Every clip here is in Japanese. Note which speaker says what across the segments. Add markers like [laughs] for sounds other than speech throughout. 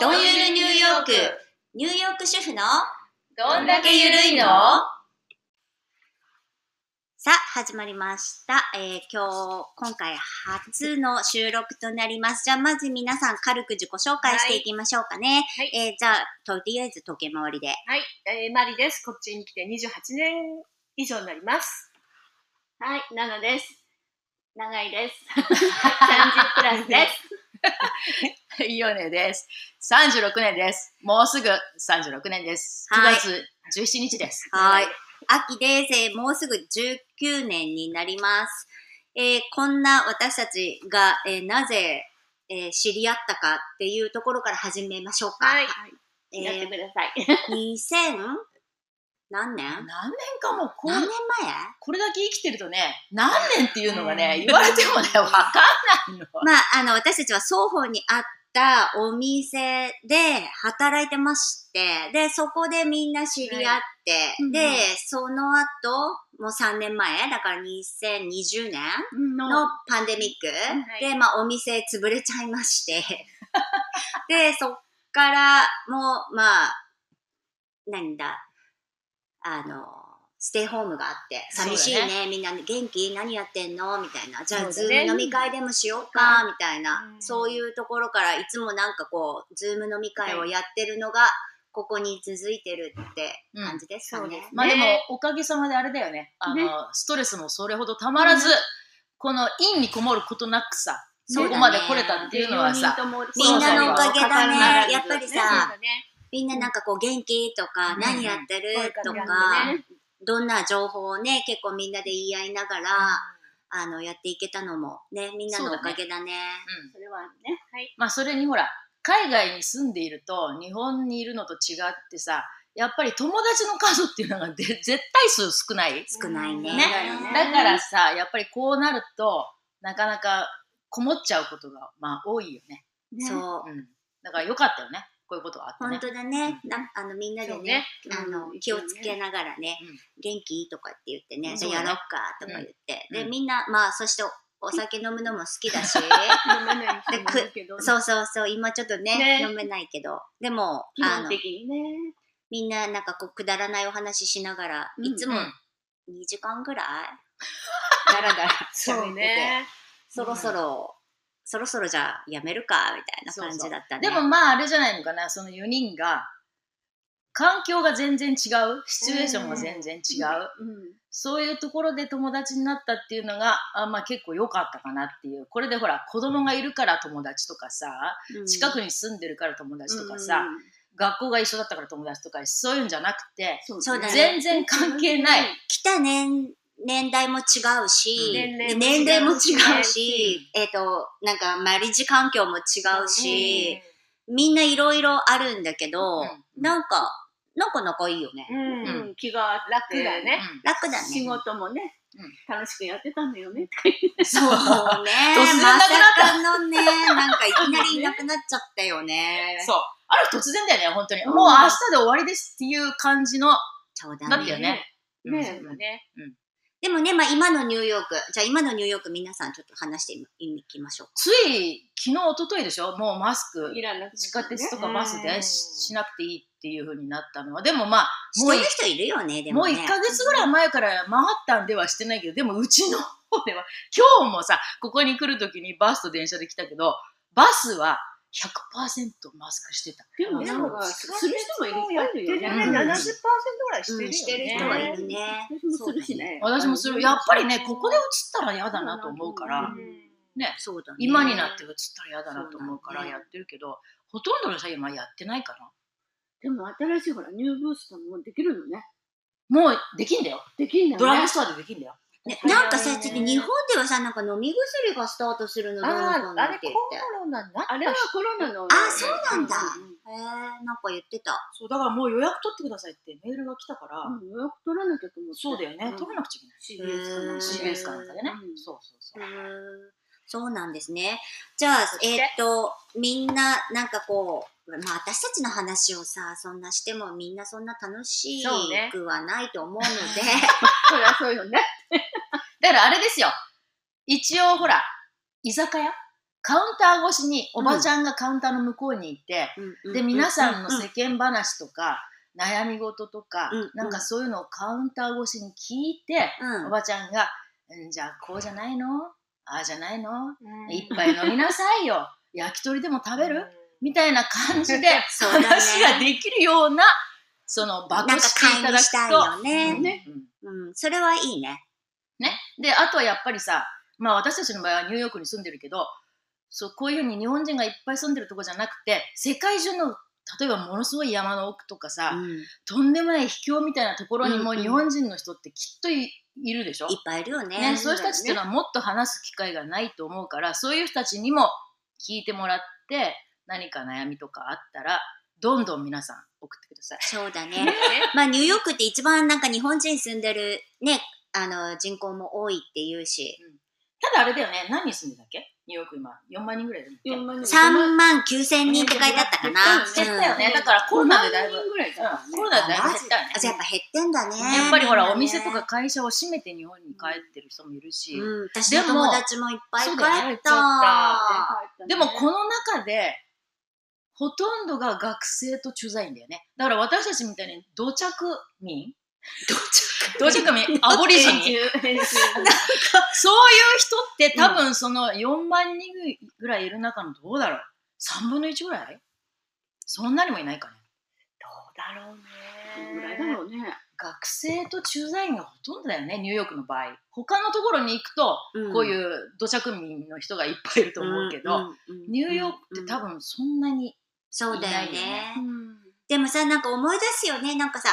Speaker 1: どんゆるニューヨーク、ニューヨーク主婦の
Speaker 2: どんだけゆるいの
Speaker 1: さあ、始まりました。えー今日、今回初の収録となります。じゃあ、まず皆さん軽く自己紹介していきましょうかね。
Speaker 2: はい
Speaker 1: えーじゃあ、とりあえず時計回りで。
Speaker 2: はい、えー、マリです。こっちに来て28年以上になります。
Speaker 3: はい、なのです。長
Speaker 1: [laughs]
Speaker 3: いです。三十プラスです。
Speaker 4: [laughs] いいよねです。36年です。もうすぐ36年です。
Speaker 1: は
Speaker 4: 9
Speaker 1: い
Speaker 4: 月17日です。
Speaker 1: はい。秋です。えーもうすぐ19年になります。えーこんな私たちが、えーなぜ、えー知り合ったかっていうところから始めましょうか。
Speaker 2: はい、
Speaker 1: えー
Speaker 3: やってください。
Speaker 1: 2000何年
Speaker 4: 何年かもこう
Speaker 1: 何年前
Speaker 4: これだけ生きてるとね、何年っていうのがね、言われてもね、わかんないの。
Speaker 1: まあ、あの、私たちは双方にあったお店で働いてまして、で、そこでみんな知り合って、
Speaker 3: うん
Speaker 1: で、その後、もう3年前、だから2020年のパンデミック、
Speaker 2: はい
Speaker 1: で、まあ、お店潰れちゃいまして、 [laughs] で、そっからもう、まあ、なんだ、あの、ステイホームがあって、寂しい
Speaker 4: そうだ
Speaker 1: ね、みんな元気何やってんのみたいな、じゃあ、ズ
Speaker 2: そうだ
Speaker 1: ー
Speaker 2: ね
Speaker 1: ム飲み会でもしようか、みたいな
Speaker 2: う、ん
Speaker 1: そういうところからいつもなんかこう、ズーム飲み会をやってるのが、ここに続いてるって感じですかね。
Speaker 2: うん
Speaker 4: まあでも
Speaker 2: ね、
Speaker 4: おかげさまであれだよね。あ
Speaker 2: ね
Speaker 4: の、ストレスもそれほどたまらず、この陰にこもることなくさ、そこまで来れたっていうのはさ、
Speaker 1: みんなのおかげだねやっぱりさ
Speaker 2: そうだね
Speaker 1: みんななんかこう、元気とか、
Speaker 4: うん
Speaker 1: 何やってる
Speaker 2: 声かけ
Speaker 1: と
Speaker 2: 合って
Speaker 1: か、
Speaker 2: ね
Speaker 1: どんな情報をね、結構みんなで言い合いながら、あの、やっていけたのも、ね、みんなのおかげだね。
Speaker 4: うん
Speaker 3: それはね。
Speaker 4: まあそれにほら海外に住んでいると日本にいるのと違ってさやっぱり友達の数っていうのがで絶対数少ない
Speaker 1: 少ないね。
Speaker 2: ね
Speaker 4: だからさやっぱりこうなるとなかなかこもっちゃうことがまあ多いよね、
Speaker 3: ね
Speaker 1: そう。
Speaker 4: うん、だからよかったよねこういうことがあったね
Speaker 1: 本当だね。なあの、みんなで
Speaker 2: そう
Speaker 1: ね
Speaker 2: ね、
Speaker 1: あの、気をつけながらね
Speaker 4: うん、
Speaker 1: 元気とかって言ってね、
Speaker 4: うん
Speaker 1: じゃあやろうかとか言って。
Speaker 4: うん
Speaker 1: で、
Speaker 4: うん
Speaker 1: みんな、まあ、そしておお酒飲むのも好きだし、
Speaker 2: 飲まない人もいるけど
Speaker 1: そうそうそう、今ちょっとね、
Speaker 2: ね
Speaker 1: 飲めないけど、でも、
Speaker 3: 基
Speaker 1: あ
Speaker 3: 本
Speaker 1: の、
Speaker 3: 的にね。
Speaker 1: みんななんかこう、くだらないお話しながら、
Speaker 3: うん
Speaker 1: いつも
Speaker 4: うん
Speaker 1: 2時間ぐらい
Speaker 3: だらだら。
Speaker 2: そうね。
Speaker 1: そろそろ、そろそろじゃあやめるか、みたいな感じだった
Speaker 4: で
Speaker 1: ね。
Speaker 4: もまああれじゃないのかなその4人が環境が全然違うシチュエーションが全然違う、
Speaker 3: うん。
Speaker 4: そういうところで友達になったっていうのが、あまあ、結構良かったかなっていう。これでほら、子供がいるから友達とかさ、
Speaker 1: うん
Speaker 4: 近くに住んでるから友達とかさ、
Speaker 3: うん。
Speaker 4: 学校が一緒だったから友達とか、そういうんじゃなくて、
Speaker 1: そうだね
Speaker 4: 全然関係ない。
Speaker 1: 来た年年代も違うし、
Speaker 2: うん
Speaker 1: で年
Speaker 2: 年
Speaker 1: 齢
Speaker 2: 齢
Speaker 1: も
Speaker 2: も
Speaker 1: 違
Speaker 2: 違うし
Speaker 1: うし、えっ、と、なんか、マリッジ環境も違うし、みんないろいろあるんだけど、
Speaker 4: うん
Speaker 1: なんか、なんか仲いいよね。
Speaker 2: うん
Speaker 4: う
Speaker 3: うん。気が楽だね。
Speaker 4: う
Speaker 1: 楽だ
Speaker 3: 仕
Speaker 1: ね。
Speaker 3: 事もね
Speaker 4: うん。
Speaker 3: 楽しくやってたんだよね。
Speaker 1: そうね。
Speaker 4: 突然
Speaker 1: ま
Speaker 4: なくなっ
Speaker 1: さ
Speaker 4: た
Speaker 1: かのね、なんかいきなりいなくなっちゃったよね
Speaker 4: ん。そう。ある日突然だよね、本当に。
Speaker 3: ん
Speaker 4: もう明日で終わりですっていう感じの、
Speaker 1: そうだ
Speaker 4: だっ
Speaker 1: ね
Speaker 4: て。よね。
Speaker 3: ね
Speaker 4: うん
Speaker 3: ね
Speaker 4: うん
Speaker 2: ね
Speaker 1: でもね、まあ今のニューヨーク、じゃあ今のニューヨーク皆さんちょっと話していきましょうか。
Speaker 4: つい昨日、一昨日でしょもうマスク
Speaker 3: いらなくなっ
Speaker 4: 地
Speaker 3: ちゃ
Speaker 4: 下
Speaker 3: うね
Speaker 4: 鉄とかバス
Speaker 2: う
Speaker 4: で
Speaker 2: ん
Speaker 4: ししなくていいっていう風になったのはでもまあ
Speaker 1: 知っ
Speaker 4: もう
Speaker 1: て
Speaker 4: い
Speaker 1: る人いるよね、で
Speaker 4: も
Speaker 1: も
Speaker 4: う
Speaker 1: ね。
Speaker 4: 1ヶ月ぐらい前からマンハッタンではしてないけどでもうちの方では今日もさここに来る時にバスと電車で来たけどバスは100%マスクしてた。
Speaker 3: でもなんかする人もいっぱいいるよ
Speaker 2: ね、
Speaker 4: うん
Speaker 3: ね。
Speaker 2: 70%ぐらいして
Speaker 1: う
Speaker 2: るよね
Speaker 1: ん、してる人はいるね。
Speaker 3: 私もするしね。
Speaker 4: 私もする。やっぱりね、ここで映ったら嫌だなと思うから、
Speaker 2: うん
Speaker 4: ね、
Speaker 1: そうだね。
Speaker 4: 今になって映ったら嫌だなと思うから
Speaker 1: そうだ
Speaker 4: や
Speaker 1: ね
Speaker 4: ってるけど、ほとんどの人は今やってないかな。
Speaker 3: でも新しいほらニューブーストもできるのね。
Speaker 4: もうできんだよ。
Speaker 3: できんだ
Speaker 4: ドラッ
Speaker 3: よ
Speaker 4: グ
Speaker 3: ね。
Speaker 4: ストアでできんだよ。
Speaker 1: ね、
Speaker 2: 早いね
Speaker 1: なんかさ、ちょっと日本ではさ、なんか飲み薬がスタートするのどうのこうのって言って。
Speaker 4: ロナになっ
Speaker 3: あれはコロナの。
Speaker 1: あそうなんだ
Speaker 3: ん
Speaker 1: へえー、なんか言ってた。
Speaker 4: そう、だからもう予約取ってくださいってメールが来たから、
Speaker 3: うん予約取らなきゃと思って。
Speaker 4: そうだよね、取らなくちゃいけない。
Speaker 3: CBS か
Speaker 1: うん
Speaker 3: な。
Speaker 4: CBS かなんかでね。
Speaker 3: うん
Speaker 4: そうそうそう。
Speaker 1: うそうなんですね。じゃあ
Speaker 2: そ、して
Speaker 1: えーっと、みんな、なんかこう、まあ私たちの話をさ、そんなしてもみんなそんな楽し
Speaker 2: そうね
Speaker 1: くはないと
Speaker 4: [laughs]
Speaker 1: 思うので、
Speaker 3: そりゃそうよね。
Speaker 4: だからあれですよ。一応ほら、居酒屋カウンター越しにおばちゃんがカウンターの向こうに行って、で、皆さんの世間話とか、悩み事とか、
Speaker 1: うん
Speaker 4: なんかそういうのをカウンター越しに聞いて、
Speaker 1: うん
Speaker 4: おばちゃんが、うん、じゃあこうじゃないのああじゃないの
Speaker 2: うん
Speaker 4: 一杯飲みなさいよ。焼き鳥でも食べるみたいな感じで
Speaker 1: [laughs] そうだね
Speaker 4: 話ができるような、その場
Speaker 1: な
Speaker 4: と
Speaker 1: んか
Speaker 4: してい
Speaker 1: 会
Speaker 4: た
Speaker 1: 議
Speaker 4: だ
Speaker 1: した
Speaker 4: く
Speaker 1: い
Speaker 4: と、
Speaker 1: よね。
Speaker 4: うんうん
Speaker 1: うん、それはいいね。
Speaker 4: ね。で、あとはやっぱりさ、まあ私たちの場合はニューヨークに住んでるけど、そう、こういうふうに日本人がいっぱい住んでるとこじゃなくて、世界中の、例えばものすごい山の奥とかさ、
Speaker 1: うん、いっ
Speaker 4: とんでもない秘境みたいなところにも
Speaker 1: うんうん
Speaker 4: 日本人の人ってきっといいるでしょ、
Speaker 1: ぱいいるよね。
Speaker 4: ね、そういう人たちっていうのはもっと話す機会がないと思うから、そういう人たちにも聞いてもらって、何か悩みとかあったら、どんどん皆さん送ってください。
Speaker 1: そうだね。まあニューヨークって一番なんか日本人住んでるね、あの人口も多いっていうし、
Speaker 4: ただあれだよね、何人住んでたっけニューヨーク今、4万人ぐらいだよね
Speaker 2: 4万人
Speaker 1: 3万9千人って書いてあったかな。
Speaker 4: うん減ったよね。
Speaker 2: うん
Speaker 4: だからコロナでだいぶ、
Speaker 3: 5万人ぐらいだからね
Speaker 4: コロナでだいぶ減ったよね
Speaker 1: あ。じゃあやっぱ減ってんだね。
Speaker 4: やっぱりほら、
Speaker 1: みん
Speaker 4: お
Speaker 1: なね
Speaker 4: 店とか。会社を閉めて日本に帰ってる人もいるし、
Speaker 1: うん、私の友達もいっぱい帰
Speaker 4: そう
Speaker 1: っ
Speaker 4: だよ
Speaker 1: た。
Speaker 4: ねで
Speaker 3: で
Speaker 4: も
Speaker 3: も
Speaker 4: この中で、ほとんどが学生と駐在員だよね。だから私たちみたいに土着民土着民アボリジニそういう人って多分その4万人ぐらいいる中のどうだろう ?3 分の1ぐらいそんなにもいないかね。
Speaker 2: だろうね
Speaker 3: ぐらいだろうね。
Speaker 4: 学生と駐在員がほとんどだよね、ニューヨークの場合。他のところに行くと、
Speaker 1: ん
Speaker 4: こういう土着民の人がいっぱいいると思うけど、、ニューヨークって多
Speaker 1: 分
Speaker 4: 分そんなに、
Speaker 1: そうだよ
Speaker 4: いない
Speaker 1: ね
Speaker 4: よ。
Speaker 1: でもさ、なんか思い出すよね。なんかさ、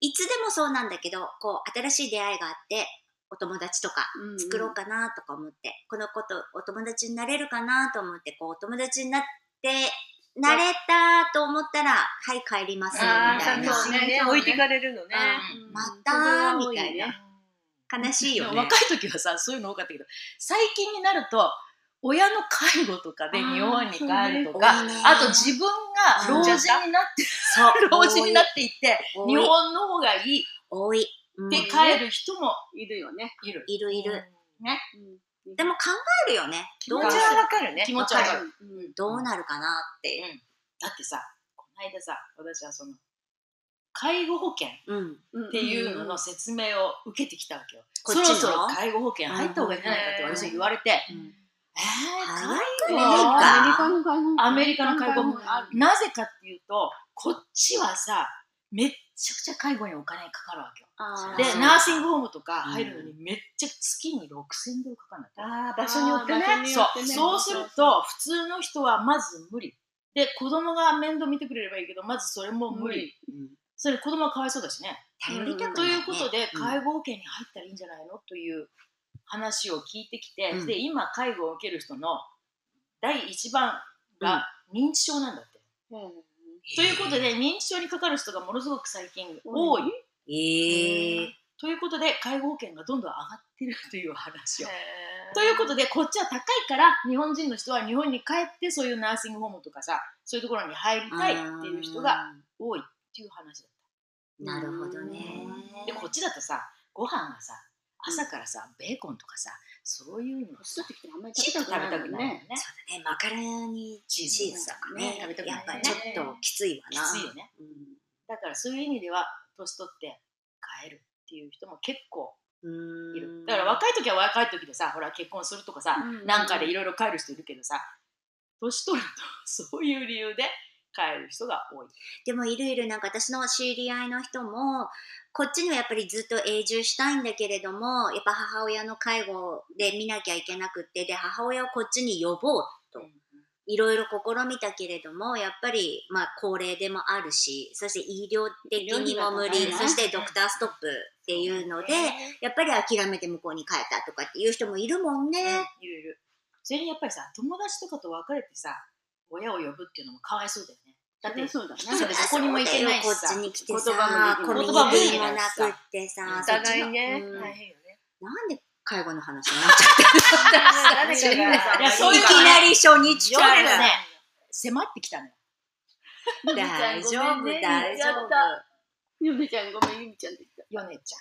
Speaker 1: いつでもそうなんだけど、こう、新しい出会いがあって、お友達とか作ろうかなとか思って、この子とお友達になれるかなと思って、こう、お友達になって、なれたと思ったら、はい、帰ります、み
Speaker 2: ああ
Speaker 1: たいな。
Speaker 2: そうね置いてかれるのね
Speaker 3: うん
Speaker 1: またーみたいな。悲しい
Speaker 4: で
Speaker 1: よ
Speaker 4: も
Speaker 1: ね
Speaker 4: 若。い時はさそういうの多かったけど最近になると親の介護とかで
Speaker 2: あー
Speaker 4: 日本に帰ると
Speaker 1: が
Speaker 4: か
Speaker 1: 多いね
Speaker 4: あと自分が老人になって
Speaker 1: そう。
Speaker 4: [laughs] 老人になっていって
Speaker 1: 多い
Speaker 4: 日本の方がいい
Speaker 1: 多い。うん
Speaker 4: って帰る人も
Speaker 3: いるよね。
Speaker 4: いる
Speaker 1: いるいる。
Speaker 3: うん
Speaker 1: でも考えるよね。
Speaker 2: 気
Speaker 1: ど
Speaker 2: 持
Speaker 1: う
Speaker 2: ち
Speaker 1: なる
Speaker 2: はわかるね
Speaker 4: 気持ちはわかる
Speaker 1: どうなるかなっていう。
Speaker 4: だってさこの間さ私はその介護保険っ
Speaker 1: うん。
Speaker 3: って
Speaker 4: いうのの説明を受けてきたわけよ、
Speaker 1: こっち
Speaker 4: そ
Speaker 1: の
Speaker 4: ろそろ介護保険入った方がいいんじゃないかって私は言われて、
Speaker 1: うん
Speaker 4: えー、介
Speaker 1: 早く
Speaker 4: 護
Speaker 1: ね
Speaker 3: アメリカの
Speaker 4: アメリカの介
Speaker 3: 介護
Speaker 4: 護
Speaker 3: もある。
Speaker 4: なぜかっていうとこっちはさめっちゃくちゃ介護にお金かかるわけよ
Speaker 3: あー
Speaker 1: そう
Speaker 4: でナーシングホームとか入るの
Speaker 1: う
Speaker 4: にめっちゃ月に6000ドルかかるんだって
Speaker 2: ああ場所によってね
Speaker 3: あー場所によっ
Speaker 4: そ
Speaker 3: て
Speaker 4: う
Speaker 3: ね
Speaker 4: そうすると普通の人はまず無理で子供が面倒見てくれればいいけどまずそれも無理
Speaker 3: 無理
Speaker 4: それ子供はかわいそうだしね
Speaker 1: 頼りたくないね。
Speaker 4: ということで、
Speaker 1: うん
Speaker 4: 介護保険に入ったらいいんじゃないのという話を聞いてきて、
Speaker 1: うん
Speaker 4: で今介護を受ける人の第一番が認知症なんだって、ということで認知症にかかる人がものすごく最近多い、
Speaker 3: 多い
Speaker 1: ええ
Speaker 4: ということで介護保険がどんどん上がってるという話を。ということでこっちは高いから日本人の人は日本に帰ってそういうナーシングホームとかさそういうところに入りたいっていう人が多いっていう話だっ
Speaker 1: なるほどね
Speaker 4: た。でこっちだとさご飯がさ朝からさベーコンとかさそういうの
Speaker 3: 年取ってきてあんまり
Speaker 4: ちょっと食べたくないよね。
Speaker 1: そうだねマカロニチーズとかね
Speaker 4: チーズとかね
Speaker 1: やっぱちょっときついわ
Speaker 4: き
Speaker 1: な
Speaker 4: ついよね。だからそういう意味では年取って帰るっていう人も結構
Speaker 1: うん
Speaker 4: いるだから若い時は若い時でさほら結婚するとかさ、
Speaker 3: うん
Speaker 4: なんかでいろいろ帰る人いるけどさ年取るとそういう理由で帰る人が多い。
Speaker 1: でもいるいるなんか私の知り合いの人もこっちにはやっぱりずっと永住したいんだけれどもやっぱ母親の介護で見なきゃいけなくってで母親をこっちに呼ぼうといろいろ試みたけれどもやっぱりまあ高齢でもあるしそして医療的にも無
Speaker 3: 医療
Speaker 1: 理
Speaker 3: 費が高い
Speaker 1: そ
Speaker 3: な
Speaker 1: してドクターストップっていうのでやっぱり諦めて向こうに帰ったとかっていう人もいるもんね。
Speaker 4: いるいる。それにやっぱりさ友達とかと別れてさ親を呼ぶっていうのもかわいそうだよね。だって
Speaker 3: そうだ
Speaker 4: 一人でどこにも行けないしさ
Speaker 1: こっちに来てさ
Speaker 4: 言葉も
Speaker 1: コミ
Speaker 4: で
Speaker 1: ュ
Speaker 4: き
Speaker 1: ニ
Speaker 4: ない
Speaker 1: ティもなくってさ
Speaker 2: お
Speaker 1: そっち
Speaker 2: 互い
Speaker 1: の
Speaker 2: ね
Speaker 1: うん
Speaker 2: 大変よね
Speaker 1: なんで介護の話になっちゃって。
Speaker 2: 誰かが
Speaker 4: いやそう
Speaker 1: い
Speaker 4: いう
Speaker 1: きなり初日
Speaker 4: そう
Speaker 1: か
Speaker 4: です
Speaker 1: ら。
Speaker 4: ね。迫ってきたのよ。
Speaker 1: 大丈夫、大丈夫。
Speaker 3: ゆみちゃんごめんゆみちゃんって言っ
Speaker 4: ヨネち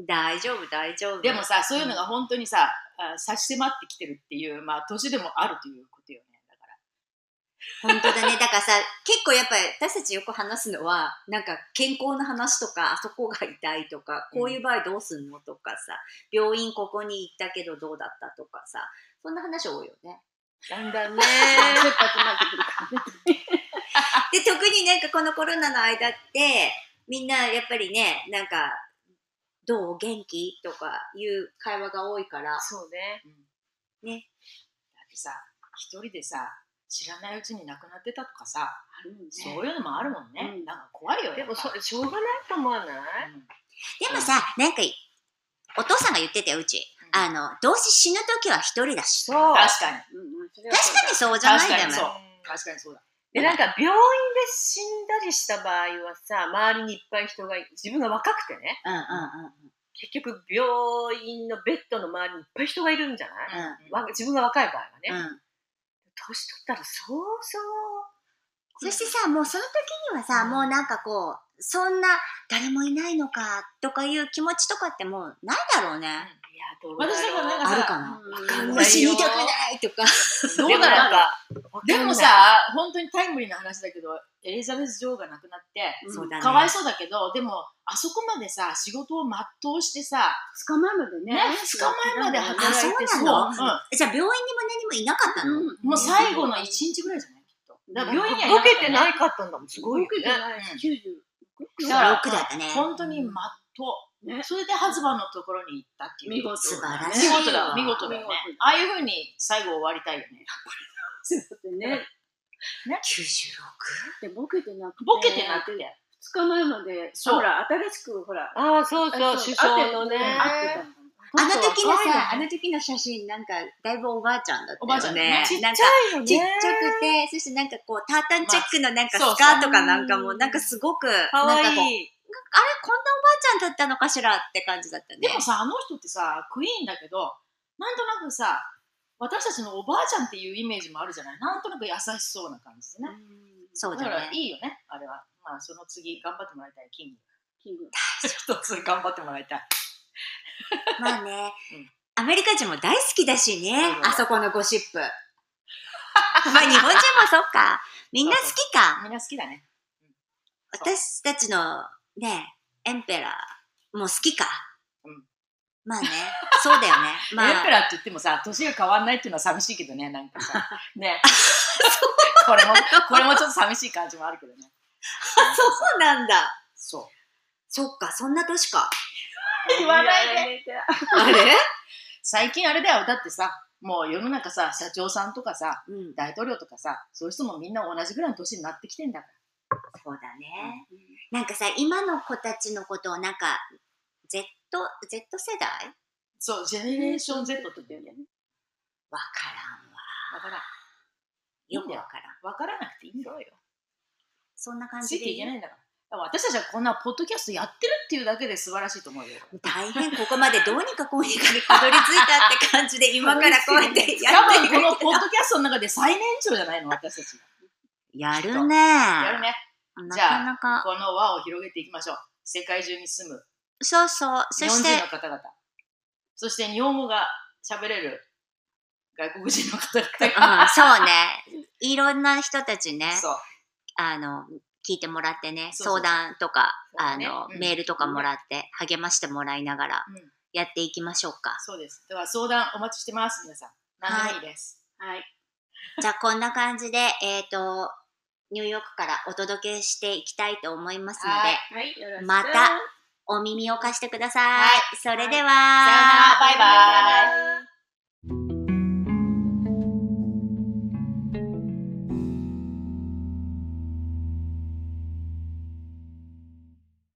Speaker 1: 大丈夫、大丈
Speaker 4: ゃ
Speaker 1: 夫。
Speaker 4: ん。でもさ、そういうのが本当にさ、あ差し迫ってきてるっていう、まあ、年でもあるということよね。だから。
Speaker 1: 本当だね。だからさ、結構やっぱり私たちよく話すのは、なんか健康の話とか、あそこが痛いとか、こういう場合どうすんのとかさ、病院ここに行ったけどどうだったとかさ、そんな話多いよね。
Speaker 2: だんだんね。
Speaker 3: た。切羽詰まってくるからね。
Speaker 1: で、特になんかこのコロナの間って、みんなやっぱりね、なんか、どう元気とかいう会話が多いから、
Speaker 2: そうね。
Speaker 1: ね。
Speaker 4: だってさ、一人でさ、知らないうちに亡くなってたとかさ、
Speaker 3: あるんね
Speaker 4: そういうのもあるもんね。
Speaker 3: うん
Speaker 4: なんか怖いよ。
Speaker 2: でも
Speaker 4: やっぱ
Speaker 2: そ、しょうがないと思わない
Speaker 4: うん
Speaker 1: でもさ、なんか、お父さんが言ってたよ、うち。あの、どうせ死ぬ時は一人だし。
Speaker 2: そう。
Speaker 4: 確かに。
Speaker 3: うんうんそれはそ
Speaker 1: 確
Speaker 3: う
Speaker 1: かにそうじゃないじゃ
Speaker 4: 確か
Speaker 1: ない
Speaker 4: にそう確かにそうだ。
Speaker 2: で、なんか病院で死んだりした場合はさ、周りにいっぱい人がい、自分が若くてね、
Speaker 1: うんうんうん。
Speaker 2: 結局病院のベッドの周りにいっぱい人がいるんじゃない、
Speaker 1: う
Speaker 2: わ自分が若い場合はね。
Speaker 1: うん。
Speaker 2: 年取ったらそうそう。
Speaker 1: そしてさ、もうその時にはさ、
Speaker 2: うん
Speaker 1: もうなんかこう、そんな誰もいないのかとかいう気持ちとかってもうないだろう
Speaker 2: い
Speaker 1: ね。
Speaker 2: や、どうだろう
Speaker 4: 私だからなんか
Speaker 1: ある
Speaker 4: さ、
Speaker 1: か
Speaker 3: う
Speaker 1: な。
Speaker 3: ん
Speaker 2: わかん
Speaker 1: も
Speaker 2: な
Speaker 1: う
Speaker 2: い
Speaker 1: [laughs] 死にたくないとか。
Speaker 4: どう
Speaker 2: でも
Speaker 4: だろ
Speaker 2: な
Speaker 4: うん
Speaker 2: か、わかんない
Speaker 4: でも、さ、本当にタイムリーな話だけど、エリザベス女王が亡くなって、
Speaker 3: うん
Speaker 1: そうだね。
Speaker 4: かわいそうだけど、でも、あそこまでさ、仕事を全うしてさ、
Speaker 3: 二日前までね。
Speaker 4: ね、2日前まで働いて、
Speaker 1: あそうなの
Speaker 4: そう
Speaker 1: じゃあ病院にも何もいなかったの、
Speaker 3: うん
Speaker 4: うんもう最後の1日ぐらいじゃないきっと。だから病院にはい
Speaker 2: ボ
Speaker 4: なかっ
Speaker 2: ケ
Speaker 4: た
Speaker 2: て
Speaker 4: よね
Speaker 2: ないかったんだもん、すごい
Speaker 3: 動
Speaker 2: よ
Speaker 3: けて
Speaker 2: ね。
Speaker 3: ない
Speaker 4: うん。
Speaker 3: 九十。
Speaker 1: だ
Speaker 4: だ
Speaker 1: か
Speaker 4: からら
Speaker 1: ロックだったね。
Speaker 4: 本当に全う、
Speaker 3: ね
Speaker 4: それでハズバンのところに行ったっていう。
Speaker 3: 見事
Speaker 1: 素晴らしい
Speaker 4: 見事だ、見事だ
Speaker 3: 見
Speaker 4: よね
Speaker 3: 事。
Speaker 4: ああいうふうに最後終わりたいよね。
Speaker 3: だってね。
Speaker 1: 96?
Speaker 3: でボケてなくて。
Speaker 4: ボケてなくて。
Speaker 3: 二日前まで。
Speaker 4: そう
Speaker 3: ほら新しくほら。
Speaker 2: ああ、そうそう、首相のね。
Speaker 3: 会ってたの
Speaker 1: あの時の
Speaker 2: 若いよね
Speaker 1: さ、あの時の写真なんかだいぶおばあちゃんだったよね。
Speaker 4: おばあちゃんだねちっちゃ
Speaker 1: なんか
Speaker 2: いよね
Speaker 1: ちっちゃくて、そしてなんかこう、タータンチェックのなんかス
Speaker 4: まあ
Speaker 1: カートかなんかも、なんかすごく、
Speaker 2: かわ
Speaker 1: なんかこう、
Speaker 2: いい。
Speaker 1: あれこんなおばあちゃんだったのかしらって感じだったね。
Speaker 4: でもさ、あの人ってさ、クイーンだけど、なんとなくさ、私たちのおばあちゃんっていうイメージもあるじゃないなんとなく優しそうな感じでね。
Speaker 1: そう
Speaker 4: だから
Speaker 1: だ
Speaker 4: い
Speaker 1: ね。
Speaker 4: いよね、あれは。まあ、その次、頑張ってもらいたい、キング。
Speaker 3: キング。
Speaker 4: 一つ頑張ってもらいたい。
Speaker 1: まあね
Speaker 4: うん、
Speaker 1: アメリカ人も大好きだし
Speaker 4: そ
Speaker 1: ね
Speaker 4: うだ、ね
Speaker 1: あそこのゴシップ。まあ日本人もそっか。みんな好きか。
Speaker 4: みんな好きだね。そう
Speaker 1: 私たちのね、エンペラーも好きか
Speaker 4: うん。
Speaker 1: まあね、そう
Speaker 4: [laughs]
Speaker 1: だよね。ま
Speaker 4: エンペ
Speaker 1: あ、
Speaker 4: ラーって言ってもさ、年が変わんないっていうのは寂しいけどね、なんかさ。ね。これも、これもちょっと寂しい感じもあるけどね。
Speaker 1: [laughs] そうなんだ。
Speaker 4: そう。
Speaker 1: そっか、そんな年か。
Speaker 4: 言わないで
Speaker 3: で。
Speaker 1: あれ
Speaker 4: 最近あれだよ、だってさ、もう世の中さ、社長さんとかさ、
Speaker 1: うん、
Speaker 4: 大統領とかさ、そういう人もみんな同じぐらいの年になってきてんだか
Speaker 1: そうだね。なんかさ、今の子たちのことをなんか、Z、Z 世代
Speaker 4: ら。そう、ジェネレーション Z って言うんだよね。
Speaker 1: わからんわ。
Speaker 4: だから、
Speaker 1: よくわからん。
Speaker 4: わからなくていいんだよ。
Speaker 1: そんな感
Speaker 4: つ
Speaker 1: じ
Speaker 4: いて
Speaker 1: でい
Speaker 4: いけ
Speaker 1: い
Speaker 4: ないんだから。だから私たちはこんなポッドキャストやってるっていうだけで素晴らしいと [laughs] 思うよ。
Speaker 1: 大変ここまでどうにかこうにかにたどり着いたって感じで今からこうやってや
Speaker 4: 多
Speaker 1: って
Speaker 4: 分
Speaker 1: いく
Speaker 4: このポッドキャストの中で最年長じゃ [laughs] ないの、私たち。
Speaker 1: やるね
Speaker 4: やるね。
Speaker 1: な
Speaker 4: じゃ
Speaker 1: か
Speaker 4: あ
Speaker 1: なか
Speaker 4: この輪を広げていきましょう。世界中に住む
Speaker 1: そうそう
Speaker 4: 日
Speaker 1: そ
Speaker 4: 本
Speaker 1: し
Speaker 4: 人の
Speaker 1: て
Speaker 4: 方々。そして日本語が喋れる外国人の方
Speaker 1: [laughs] う
Speaker 4: [laughs] 々
Speaker 1: ん、そ
Speaker 4: [laughs]
Speaker 1: うねいろんな人たちね
Speaker 4: が。そう。
Speaker 1: あの聞いてもらってね
Speaker 4: そうそうそう
Speaker 1: 相談とか、
Speaker 4: そうだ
Speaker 1: あ
Speaker 4: ね
Speaker 1: の、
Speaker 4: うん
Speaker 1: メールとかもらって励ましてもらいながら
Speaker 4: うん
Speaker 1: やっていきましょうか、
Speaker 4: そうです。では相談お待ちしてます、皆さん。何でもいいです。
Speaker 3: はい。
Speaker 1: じゃあこんな感じでえっ、とニューヨークからお届けしていきたいと思いますので、
Speaker 4: はい
Speaker 3: はい。よろしく
Speaker 1: またお耳を貸してください、
Speaker 4: はい
Speaker 1: それ
Speaker 4: さ
Speaker 1: では、
Speaker 4: よなら、バイバイ。
Speaker 3: バイバイ